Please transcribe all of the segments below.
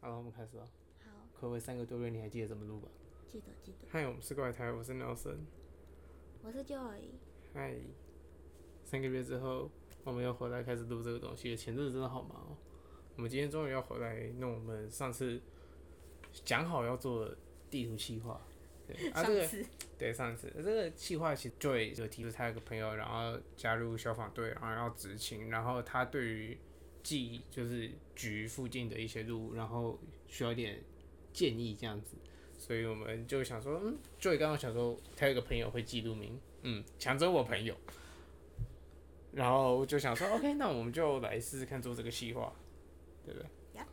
好，我们开始吧。好，暌违三个多月，你还记得怎么录吧？记得记得。嗨，我们是怪胎，我是 Nelson。我是 Joy，嗨，三个月之后，我们又回来开始录这个东西了。前阵子真的好忙哦。我们今天终于要回来弄我们上次讲好要做的地图计划。对啊，这个次对上次这个计划其实 Joy 有提出他有个朋友，然后加入消防队，然后要执勤，然后他对于记就是局附近的一些路，然后需要一点建议这样子，所以我们就想说，嗯，Joy 刚刚想说他有个朋友会记录名，嗯，抢走我朋友，然后就想说，OK，那我们就来试试看做这个计划，对不对 Yep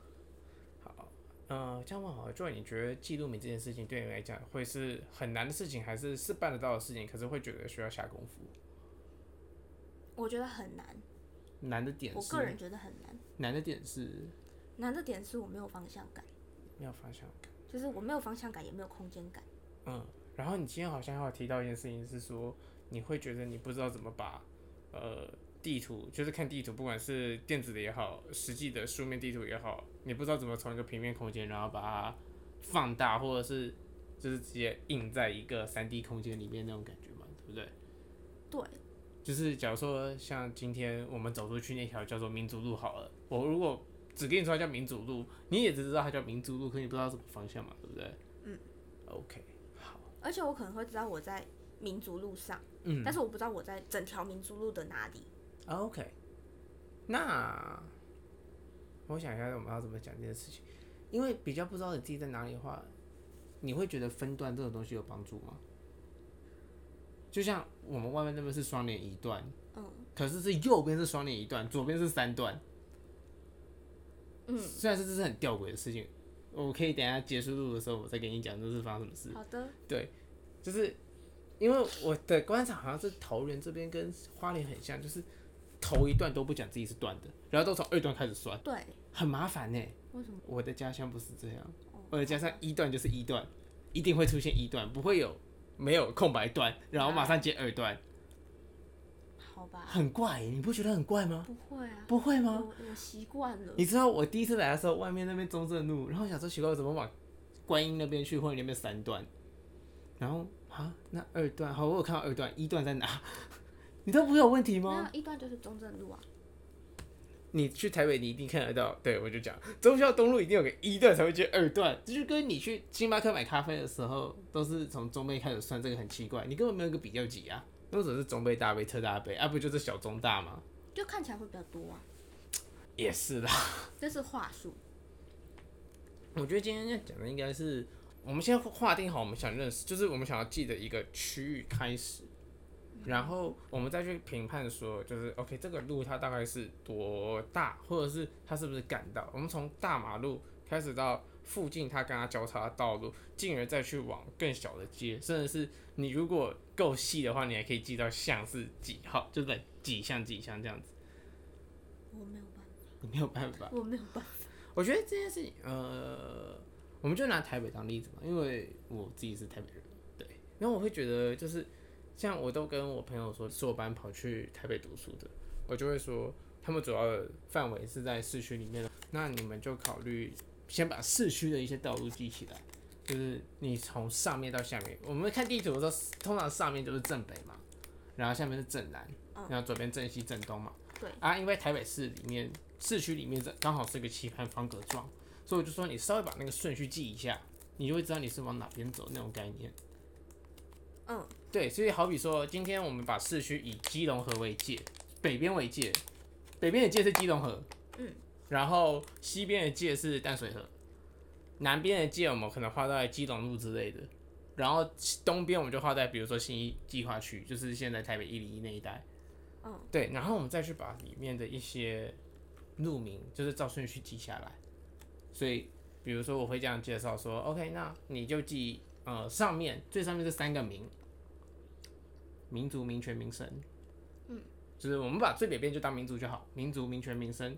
好，呃，这样问好了，Joy，你觉得记录名这件事情对你来讲会是很难的事情，还是是办得到的事情？可是会觉得需要下功夫？我觉得很难，难的点我是，个人觉得很难。难的点是难的点是我没有方向感，没有方向感。就是我没有方向感，也没有空间感。嗯，然后你今天好像还有提到一件事情，是说你会觉得你不知道怎么把呃地图，就是看地图，不管是电子的也好，实际的书面地图也好，你不知道怎么从一个平面空间，然后把它放大，或者是就是直接印在一个三 D 空间里面那种感觉嘛，对不对？对，就是假如说像今天我们走出去那条叫做民族路好了，我如果只跟你说它叫民主路，你也只知道它叫民族路，可你不知道什么方向嘛，对不对？嗯。 OK，好，而且我可能会知道我在民族路上，嗯但是我不知道我在整条民族路的哪里。 OK，那我想一下我们要怎么讲这件事情，因为比较不知道你自己在哪里的话，你会觉得分段这种东西有帮助吗？就像我们外面那边是双连一段，嗯可是是右边是双连一段，左边是三段。嗯，虽然是这是很吊诡的事情，我可以等一下结束录的时候我再跟你讲这是发生什么事。好的，就是因为我的观察好像是桃园这边跟花莲很像，就是头一段都不讲自己是断的，然后都从二段开始算，对，很麻烦呢、为什么？我的家乡不是这样，哦我的家乡一段就是一段，一定会出现一段，不会有没有空白段，然后马上接二段，好吧，很怪、你不觉得很怪吗？不会啊，不会吗？我我习惯了。你知道我第一次来的时候，外面那边中正路，然后想说奇怪，我怎么往观音那边去，或者那边三段，然后啊，那二段好，我有看到二段，一段在哪？ 你都不会有问题没吗？有一段就是中正路啊，你去台北，你一定看得到。对我就讲，忠孝东路一定有个一段才会接二段，啊这就跟你去星巴克买咖啡的时候，都是从中杯开始算，这个很奇怪，你根本没有一个比较级啊。那为什么是中杯、大杯、特大杯？啊，不就是小中大吗？就看起来会比较多啊，也是啦。这是话术。我觉得今天要讲的应该是，我们先划定好我们想认识，就是我们想要记得一个区域开始，然后我们再去评判说，就是 OK 这个路它大概是多大，或者是它是不是干道。我们从大马路开始到附近它跟它交叉的道路，进而再去往更小的街，甚至是你如果够细的话，你还可以记到巷是几号，就是 like 几巷几巷这样子。我没有办法，你没有办法，我没有办法。我觉得这件事情，呃，我们就拿台北当例子嘛，因为我自己是台北人，对。然后我会觉得，就是像我都跟我朋友说，是我班跑去台北读书的，我就会说，他们主要的范围是在市区里面的，那你们就考虑先把市区的一些道路记起来。就是你从上面到下面，我们看地图的时候，通常上面就是正北嘛，然后下面是正南，然后左边正西、正东嘛。对啊，因为台北市里面市区里面这刚好是个棋盘方格状，所以我就说你稍微把那个顺序记一下，你就会知道你是往哪边走那种概念。嗯，对，所以好比说，今天我们把市区以基隆河为界，北边为界，北边的界是基隆河，嗯，然后西边的界是淡水河，南边的界我们可能画在基隆路之类的，然后东边我们就画在比如说新一计划区，就是现在台北一零一那一带，嗯，对，然后我们再去把里面的一些路名就是照顺序记下来，所以比如说我会这样介绍说，OK，那你就记呃上面最上面这三个名。民族、民权、民生。嗯，就是我们把最北边就当民族就好，民族、民权、民生。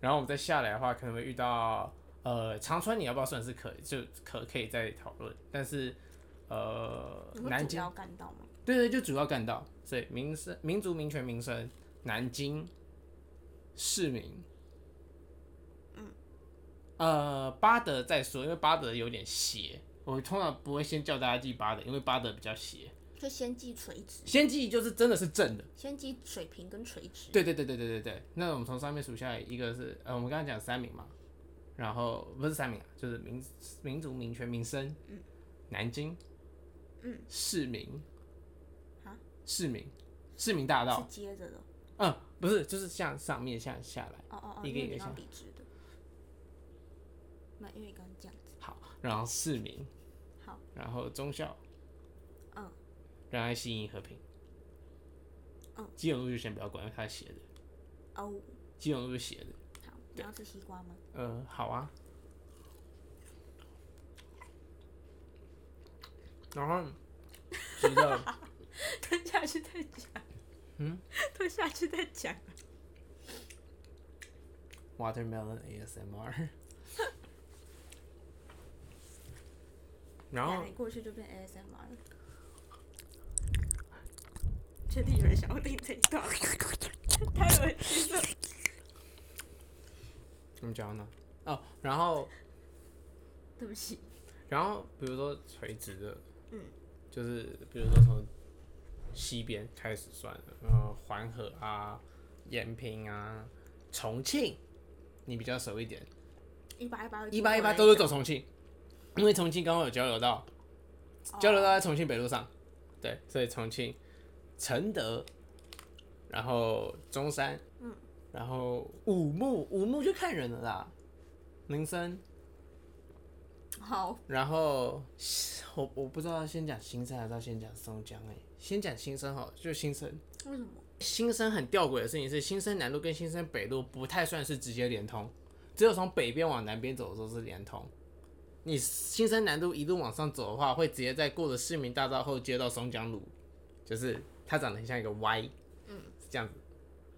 然后我们再下来的话，可能会遇到呃长川，你要不要算是可就可可以再讨论，但是呃你会南主京要干到吗？对对，就主要干道，所以民生、民族、民权、民生，南京市民，嗯，呃，巴德再说，因为巴德有点斜，我通常不会先叫大家记巴德，因为巴德比较斜。就先记垂直，先记就是真的是正的，先记水平跟垂直。对对对对对对对。那我们从上面数下来，一个是呃，我们刚刚讲三民嘛，然后不是三民啊，就是民民族、民权、民生，南京，嗯，市民啊，市民，市民大是道，接着的。嗯，不是，就是像上面下下来。哦哦哦，一因个为一个你要先笔直的。那因为刚刚这样子，好，然后市民，好，然后忠孝，嗯，仁爱、信义、和平，嗯，基隆路就先不要管，因为它是斜的，哦，基隆路是斜的，好，你要吃西瓜吗？呃，好啊。然后觉得 吞下去再讲。 嗯，吞下去再讲。 watermelon ASMR，然后你过去就变 ASMR 了。确定有人想要听这一段？ 太恶心了。怎么讲呢？哦，然后 对不起，然后比如说垂直的，嗯，就是比如说从西边开始算，呃，环河啊、延平啊、重庆，你比较熟一点，一八一八一八一八都是走重庆，因为重庆刚好有交流道，哦交流道在重庆北路上，对，所以重庆、承德，然后中山，嗯，然后五木，五木就看人了啦，林森，好，然后我我不知道先讲新生还是要先讲松江哎、先讲新生好了，就新生。为什么？新生很吊诡的事情是，新生南路跟新生北路不太算是直接连通，只有从北边往南边走的时候是连通。你新生南路一路往上走的话，会直接在过了市民大道后接到松江路，就是它长得很像一个 Y，嗯，这样子，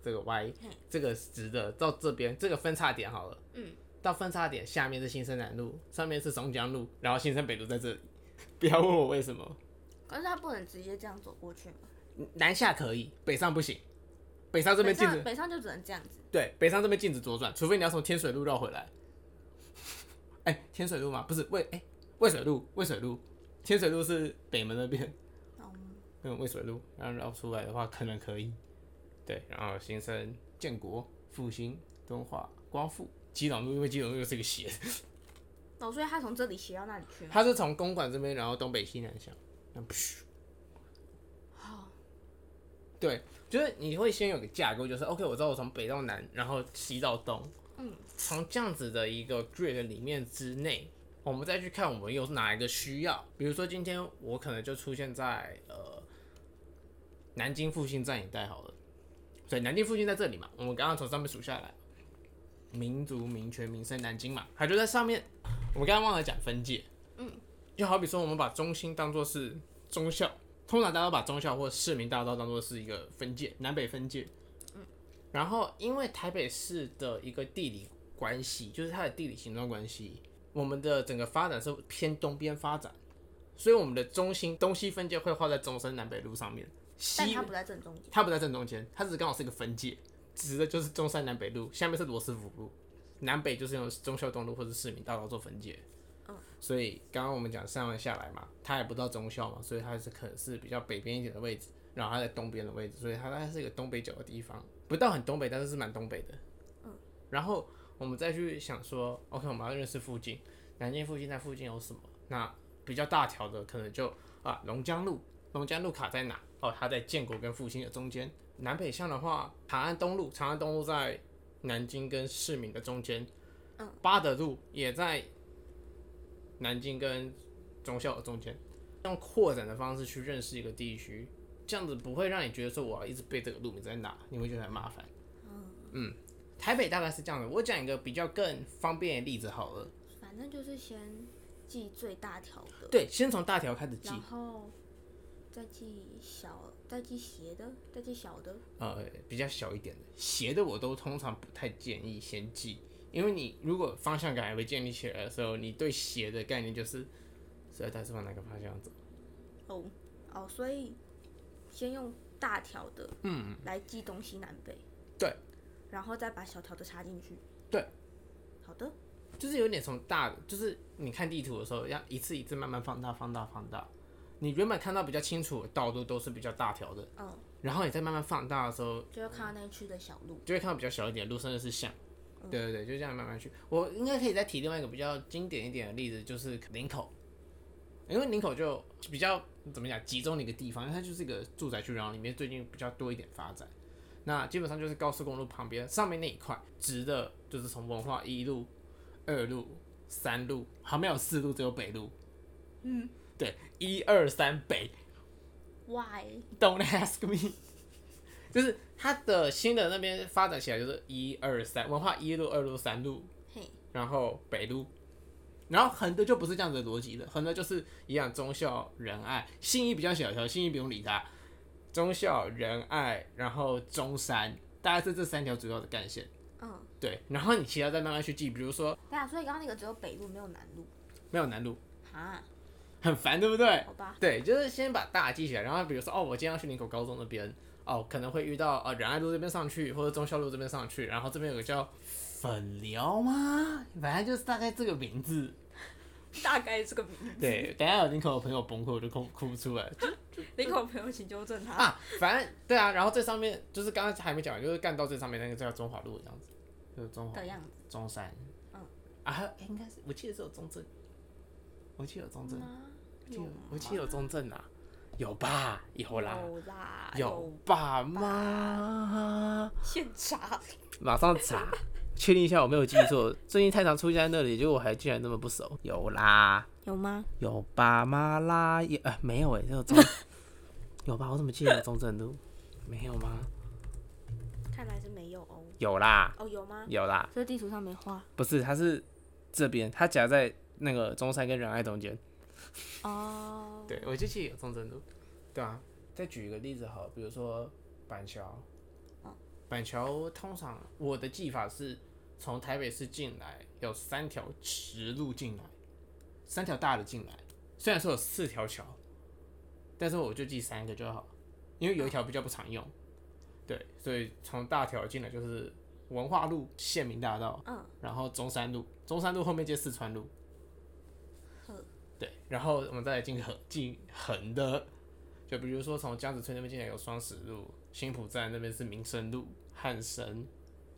这个 Y，嗯这个是直的到这边这个分叉点好了，嗯，到分叉点下面是新生南路，上面是松江路，然后新生北路在这里。不要问我为什么，可是他不能直接这样走过去嘛。南下可以，北上不行，北上这边北禁止上北上就只能这样子。对，北上这边禁止左转，除非你要从天水路绕回来。 哎、天水路吗？不是渭哎、渭水路，渭水路，天水路是北门那边，嗯，嗯，渭水路，然后绕出来的话可能可以。对，然后新生、建国、复兴、敦化、光复、基隆路，因为基隆路又是一个斜，哦，所以他从这里斜到那里去嘛。它是从公馆这边，然后东北西南向，那噗好，对，就是你会先有个架构，就是 OK，我知道我从北到南，然后西到东，嗯，从这样子的一个 grid 里面之内，我们再去看我们有哪一个需要。比如说今天我可能就出现在呃南京复兴站一带好了，所以南京复兴在这里嘛，我们刚刚从上面数下来，民族、民权、民生、南京嘛，它就在上面。我们刚刚忘了讲分界，嗯，就好比说我们把中心当做是中校，通常大家都把中校或市民大道当做是一个分界，南北分界。嗯然后因为台北市的一个地理关系，就是它的地理形状关系，我们的整个发展是偏东边发展，所以我们的中心东西分界会画在中山南北路上面。但西他不在正中间。它不在正中间，它只是刚好是一个分界，直的就是中山南北路，下面是罗斯福路，南北就是用忠孝东路或者市民大道做分界。嗯，所以刚刚我们讲上完下来嘛，它也不到忠孝嘛，所以它是可能是比较北边一点的位置，然后它在东边的位置，所以它大概是一个东北角的地方，不到很东北，但是是蛮东北的。嗯，然后我们再去想说，OK，我们要认识附近，南京附近那附近有什么？那比较大条的可能就啊龙江路，龙江路卡在哪？哦，它在建国跟复兴的中间。南北向的话，长安东路，长安东路在南京跟市民的中间。嗯，八德路也在南京跟忠孝的中间。用扩展的方式去认识一个地区，这样子不会让你觉得说我要一直背这个路名在哪，你会觉得很麻烦。嗯，台北大概是这样的。我讲一个比较更方便的例子好了。反正就是先记最大条的，对，先从大条开始记然。后再记小，再记斜的，再记小的。呃比较小一点的斜的，我都通常不太建议先记，因为你如果方向感还没建立起来的时候，你对斜的概念就是，所以它是往哪个方向走。哦哦，所以先用大条的，嗯，来记东西南北。对。然后再把小条的插进去。对。好的，就是有点从大，就是你看地图的时候，要一次一次慢慢放大、放大、放大。你原本看到比较清楚的道路都是比较大条的，嗯，然后你再慢慢放大的时候，就会看到那一区的小路。嗯就会看到比较小一点的路，甚至是巷。对对对，就这样慢慢去。我应该可以再提另外一个比较经典一点的例子，就是林口，因为林口就比较怎么讲集中的一个地方，因为它就是一个住宅区，然后里面最近比较多一点发展。那基本上就是高速公路旁边上面那一块直的，就是从文化一路、二路、三路，旁边有四路，只有北路。嗯，对，一二三北 Why？ ，Don't ask me。就是它的新的那边发展起来，就是一二三文化一路、二路、三路，嘿，然后北路，然后横的就不是这样子的逻辑了，横的就是一样忠孝仁爱，信义比较小条，信义不用理它，忠孝仁爱，然后中山，大概是这三条主要的干线。嗯，对，然后你其他再慢慢去记，比如说对啊，所以刚刚那个只有北路没有南路，没有南路，哈，很烦，对不对？好吧，对，就是先把大记起来，然后比如说哦，我今天要去林口高中那边，哦，可能会遇到呃仁爱路这边上去，或者忠孝路这边上去，然后这边有个叫粉寮吗？反正就是大概这个名字。大概这个名字。对， 等一下有林口的朋友崩溃，我就哭哭不出来林口朋友请纠正他。啊！反正对啊，然后最上面就是刚刚还没讲完，就是干到最上面那个叫中华路这样子，就是中华的样子，中山，嗯啊，还有诶应该是我记得是有中正，我记得有中正，吗我记得嗯有有吗我记得有中正啊，有吧？有啦，有啦，有吧吗？现查，马上查， 确定一下我没有记错。最近太常出现在那里，结果我还竟然那么不熟。有啦， 有吗？有吧吗啦？也呃没有哎，只有中 有吧？我怎么记得有中正路？没有吗？看来是没有哦。有啦，哦，有吗？有啦，这地图上没画不是，它是这边，它夹在那个中山跟仁爱中间。哦。对，我就记得有中正路。对啊，再举一个例子好了，比如说板桥嗯。板桥通常我的记法是从台北市进来，有三条直路进来，三条大的进来。虽然说有四条桥，但是我就记三个就好，因为有一条比较不常用。对，所以从大条进来就是文化路、县民大道，嗯，然后中山路，中山路后面接四川路呵。对，然后我们再来进横进横的，就比如说从江子村那边进来有双十路，新浦站那边是民生路、汉生，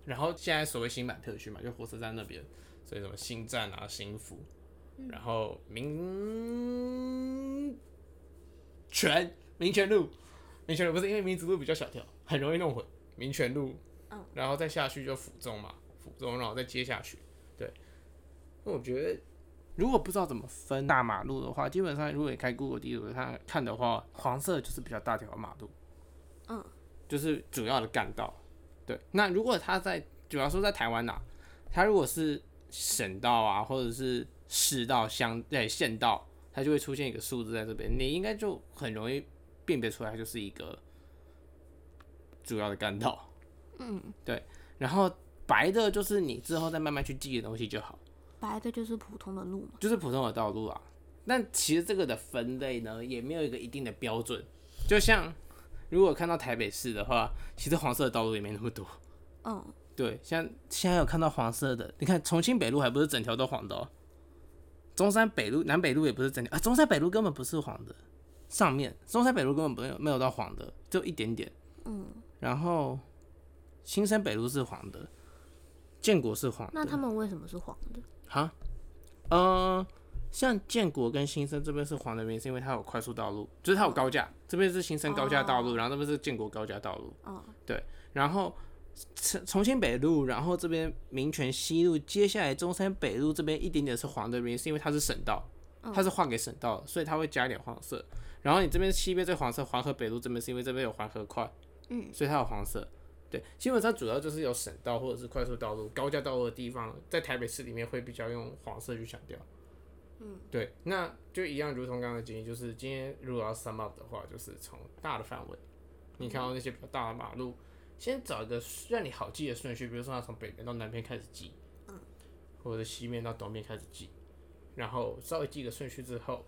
然后现在所谓新版特区嘛，就火车站那边，所以什么新站啊、新府，然后民权民权路，民权路不是因为民族路比较小条，很容易弄混，民权路，嗯然后再下去就府中嘛，府中，然后再接下去，对，那我觉得。如果不知道怎么分大马路的话，基本上如果你开 Google 地图看看的话，黄色就是比较大条的马路，嗯，就是主要的干道。对，那如果它在，主要说在台湾呐、它如果是省道啊，或者是市道、乡对县道，它就会出现一个数字在这边，你应该就很容易辨别出来，它就是一个主要的干道。嗯，对。然后白的就是你之后再慢慢去记的东西就好。白的就是普通的路嘛。就是普通的道路啊。但其实这个的分类呢，也没有一个一定的标准。就像如果看到台北市的话，其实黄色的道路也没那么多。嗯，对，像现在有看到黄色的，你看重庆北路还不是整条都黄的、哦，中山北路、南北路也不是整条啊，中山北路根本不是黄的，上面中山北路根本没有没有到黄的，就一点点。嗯，然后新生北路是黄的，建国是黄的，那他们为什么是黄的？哈，呃，像建国跟新生这边是黄的原因，是因为它有快速道路，就是它有高架，这边是新生高架道路，然后那边是建国高架道路，哦，然后重重庆北路，然后这边民权西路，接下来中山北路这边一点点是黄的原因，是因为它是省道，哦它是划给省道的，所以它会加一点黄色。然后你这边西边最黄色，黄河北路这边是因为这边有黄河块，嗯，所以它有黄色。对，基本上主要就是有省道或者是快速道路、高架道路的地方，在台北市里面会比较用黄色去强调。嗯，对，那就一样，如同刚刚的建议，就是今天如果要 sum up 的话，就是从大的范围，你看到那些比较大的马路，先找一个让你好记的顺序，比如说它从北边到南边开始记，嗯，或者西面到东边开始记，然后稍微记个顺序之后，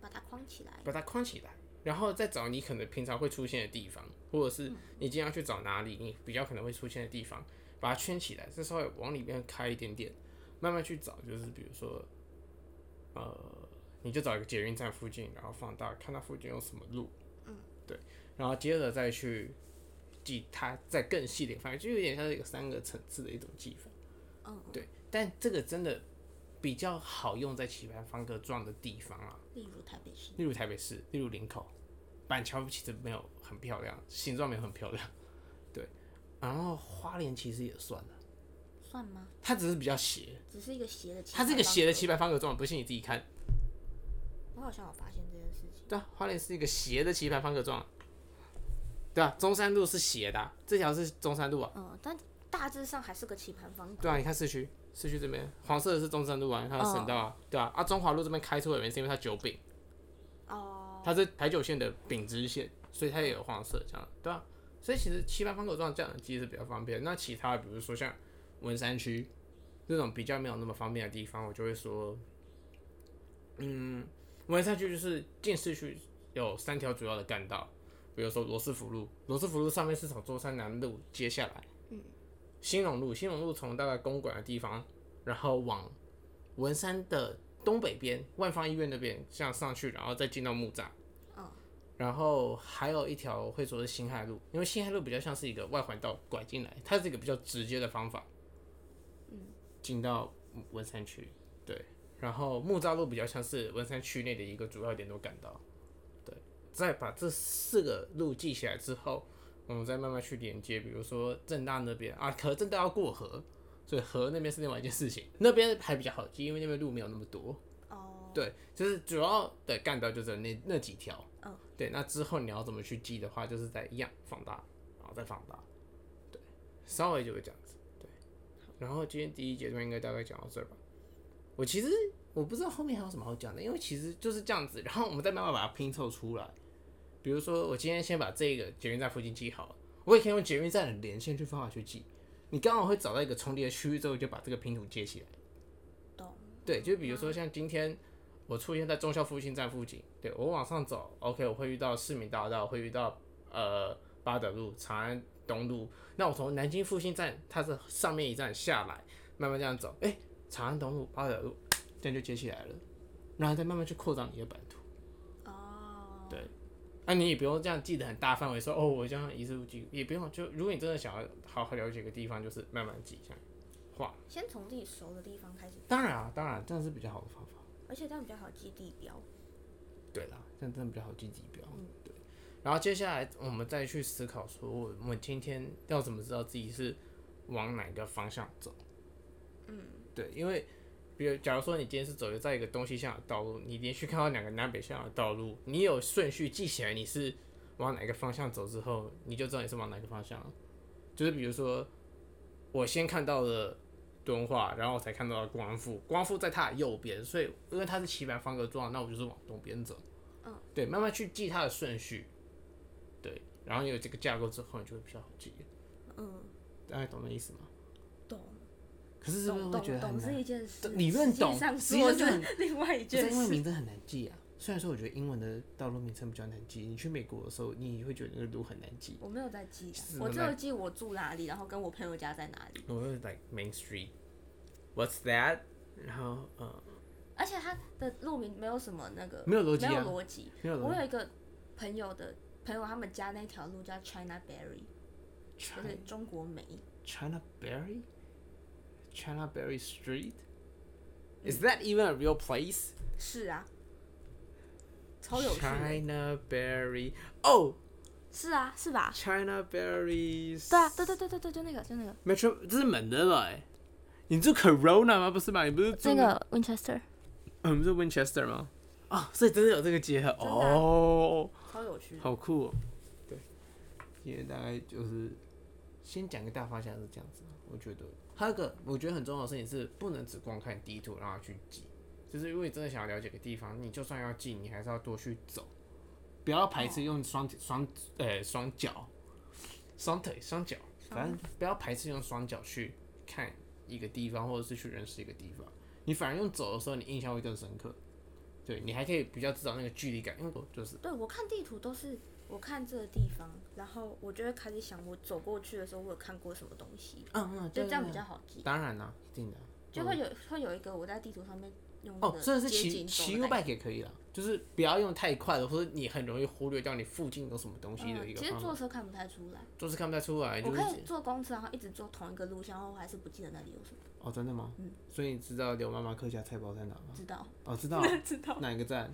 把它框起来。把它框起来，然后再找你可能平常会出现的地方，或者是你今天要去找哪里，你比较可能会出现的地方，把它圈起来，再稍微往里面开一点点，慢慢去找，就是比如说，呃，你就找一个捷运站附近，然后放大看它附近有什么路，嗯，对，然后接着再去记它再更细的范围，就有点像是一个三个层次的一种记法，嗯，对，但这个真的比较好用在棋盘方格状的地方啊，例如台北市，例如台北市，例如林口，板桥其实没有很漂亮，形状没有很漂亮， 对，然后花莲其实也算了，算吗？它只是比较斜。只是一个斜的棋，它是一个斜的棋。盘方格状，不信你自己看。我好像有发现这件事情，对啊，花莲是一个斜的棋盘方格状，对啊，中山路是斜的啊、这条是中山路啊。嗯，但大致上还是个棋盘方格。对啊，你看市区，市区这边黄色的是中山路啊，它有省道啊，对啊，啊中华路这边开出的原因是因为它九饼，哦，它是台九线的丙支线，所以它也有黄色这样，对啊，所以其实棋盘方格状这样的机制比较方便。那其他比如说像文山区这种比较没有那么方便的地方，我就会说，嗯，文山区就是进市区有三条主要的干道，比如说罗斯福路，罗斯福路上面是从中山南路接下来，嗯，兴隆路，兴隆路从大概公馆的地方，然后往文山的东北边万方医院那边这样上去，然后再进到木栅。嗯然后还有一条会说是新海路，因为新海路比较像是一个外环道拐进来，它是一个比较直接的方法，进到文山区。对，然后木栅路比较像是文山区内的一个主要点都赶到。对，再把这四个路记起来之后，我们再慢慢去连接，比如说正大那边啊，可正大要过河，所以河那边是另外一件事情，那边还比较好记，因为那边路没有那么多。哦，对，就是主要的干道就是那那几条。嗯，对，那之后你要怎么去记的话，就是在一样放大，然后再放大，对，稍微就会这样子。对，然后今天第一阶段应该大概讲到这儿吧。我其实我不知道后面还有什么好讲的，因为其实就是这样子，然后我们再慢慢把它拼凑出来。比如说，我今天先把这个捷运站附近记好了，我也可以用捷运站的连线去方法去记。你刚好会找到一个重叠的区域之后，就把这个拼图接起来。懂。对，就比如说像今天我出现在忠孝复兴站附近，对我往上走，OK，我会遇到市民大道，会遇到呃八德路、长安东路。那我从南京复兴站，它是上面一站下来，慢慢这样走，哎、长安东路、八德路，这样就接起来了，然后再慢慢去扩张你的版图。哦，对那、你也不用这样记得很大范围，说哦，我这样一次记，也不用。就如果你真的想要好好了解一个地方，就是慢慢记这样画。先从自己熟的地方开始，当然啊，当然，这样是比较好的方法。而且这样比较好记地标。对啦，嗯这样真的比较好记指标。对，然后接下来我们再去思考说，我们今天要怎么知道自己是往哪个方向走？嗯，对，因为比如假如说你今天是走的在一个东西向的道路，你连续看到两个南北向的道路，你有顺序记起来你是往哪个方向走之后，你就知道你是往哪个方向了。就是比如说，我先看到了。敦化，然后我才看到了光复，光复在它的右边，所以因为它是棋盘方格状，那我就是往东边走。嗯对，慢慢去记它的顺序，对，然后有这个架构之后，你就会比较好记。嗯，大家懂那意思吗？懂。可是是不是懂会懂觉得很懂是难？一件事，理论实际懂上实际上做就是很另外一不是件因为事。名字很难记啊。虽然说我觉得英文的道路名称比较难记，你去美国的时候，你也会觉得那个路很难记。我没有在记啊是，我吗只有记我住哪里，然后跟我朋友家在哪里。我会 like Main Street，What's that？然后呃，而且它的路名没有什么那个，没有逻辑啊没有逻辑。没有我人有一个朋友的朋友，他们家那条路叫 China Berry，就是中国梅。 China Berry。China Berry Street? Mm. Is that even a real place? 是啊，超有趣的。 China Berry. Oh, 是啊，是吧？ China Berry. 对啊，对对对对对，就那个，就那个， Metro 这是门的了哎、你住 Corona 吗？不是吧？你不是住那个 Winchester 嗯，不是 Winchester 吗？哦，所以真的有这个结合、真的啊哦，超有趣的。好酷哦。对，今天大概就是先讲个大方向是这样子，我觉得还有一个我觉得很重要的事情是不能只光看地图然后去记，就是因为真的想要了解个地方，你就算要记，你还是要多去走，不要排斥用双双呃双脚、双腿、双脚，反正不要排斥用双脚去看一个地方，或者是去认识一个地方。你反而用走的时候，你印象会更深刻。对你还可以比较知道那个距离感，因为我就是对我看地图都是我看这个地方，然后我就会开始想，我走过去的时候我有看过什么东西，嗯嗯，就这样比对较好记。当然啦、一定的。就会有会有一个我在地图上面用那哦个，真的是街骑景走骑的 U 感觉 bike 也可以啦，就是不要用太快的，或者你很容易忽略掉你附近有什么东西的一嗯，个其实方法。坐车看不太出来，就是看不太出来，我就是可以坐公车，然后一直坐同一个路线，然后我还是不记得那里有什么，哦，真的吗？所以你知道刘妈妈客家菜包在哪吗？嗯知道哦，知 道知道。哪一个站？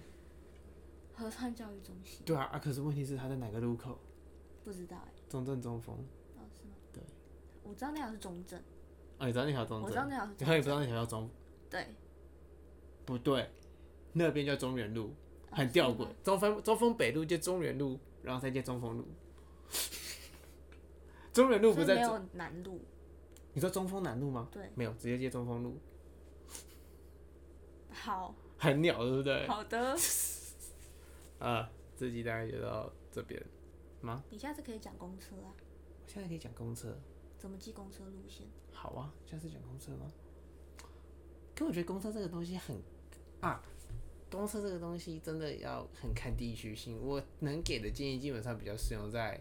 合川教育中心对啊，啊，可是问题是它在哪个路口？不知道哎、中正中锋。哦是吗？对，我知道那条是中正，哦，你知道那条中我知道正？那条是你可中以不知道那条叫中？对，不对，那边叫中原路，哦很吊。是诡吗。中分中丰北路接中原路，然后再接中丰路。 中原路不所以没在中，有南路，你说中丰南路吗？对，没有，直接接中丰路， 好很鸟，对不对？好的，啊，这集大概就到这边吗？你下次可以讲公车啊，我现在可以讲公车。怎么记公车路线？好啊，下次讲公车吗？可我觉得公车这个东西很啊，公车这个东西真的要很看地区性。我能给的建议基本上比较适用在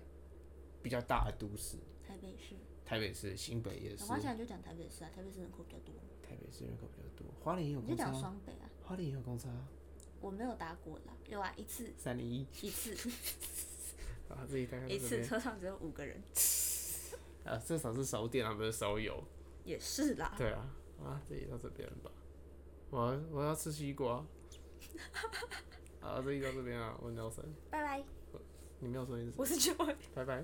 比较大的都市，台北市，台北市、新北也我是，现在就讲台北市啊，台北市人口比较多，台北市人口比较多，花莲也有你就公车、讲啊，双北啊，花莲也有公车、啊，我没有搭过 啦，有啊，一次三零一 一次啊，自己大概是这一次边车上只有五个人，啊，至少是熟点啊，不是熟友。也是啦。对啊，啊，这里到这边了吧？我要我要吃西瓜。好，这里到这边啊，我是 Nelson，拜拜，你没有说你是，我是 j o 拜拜。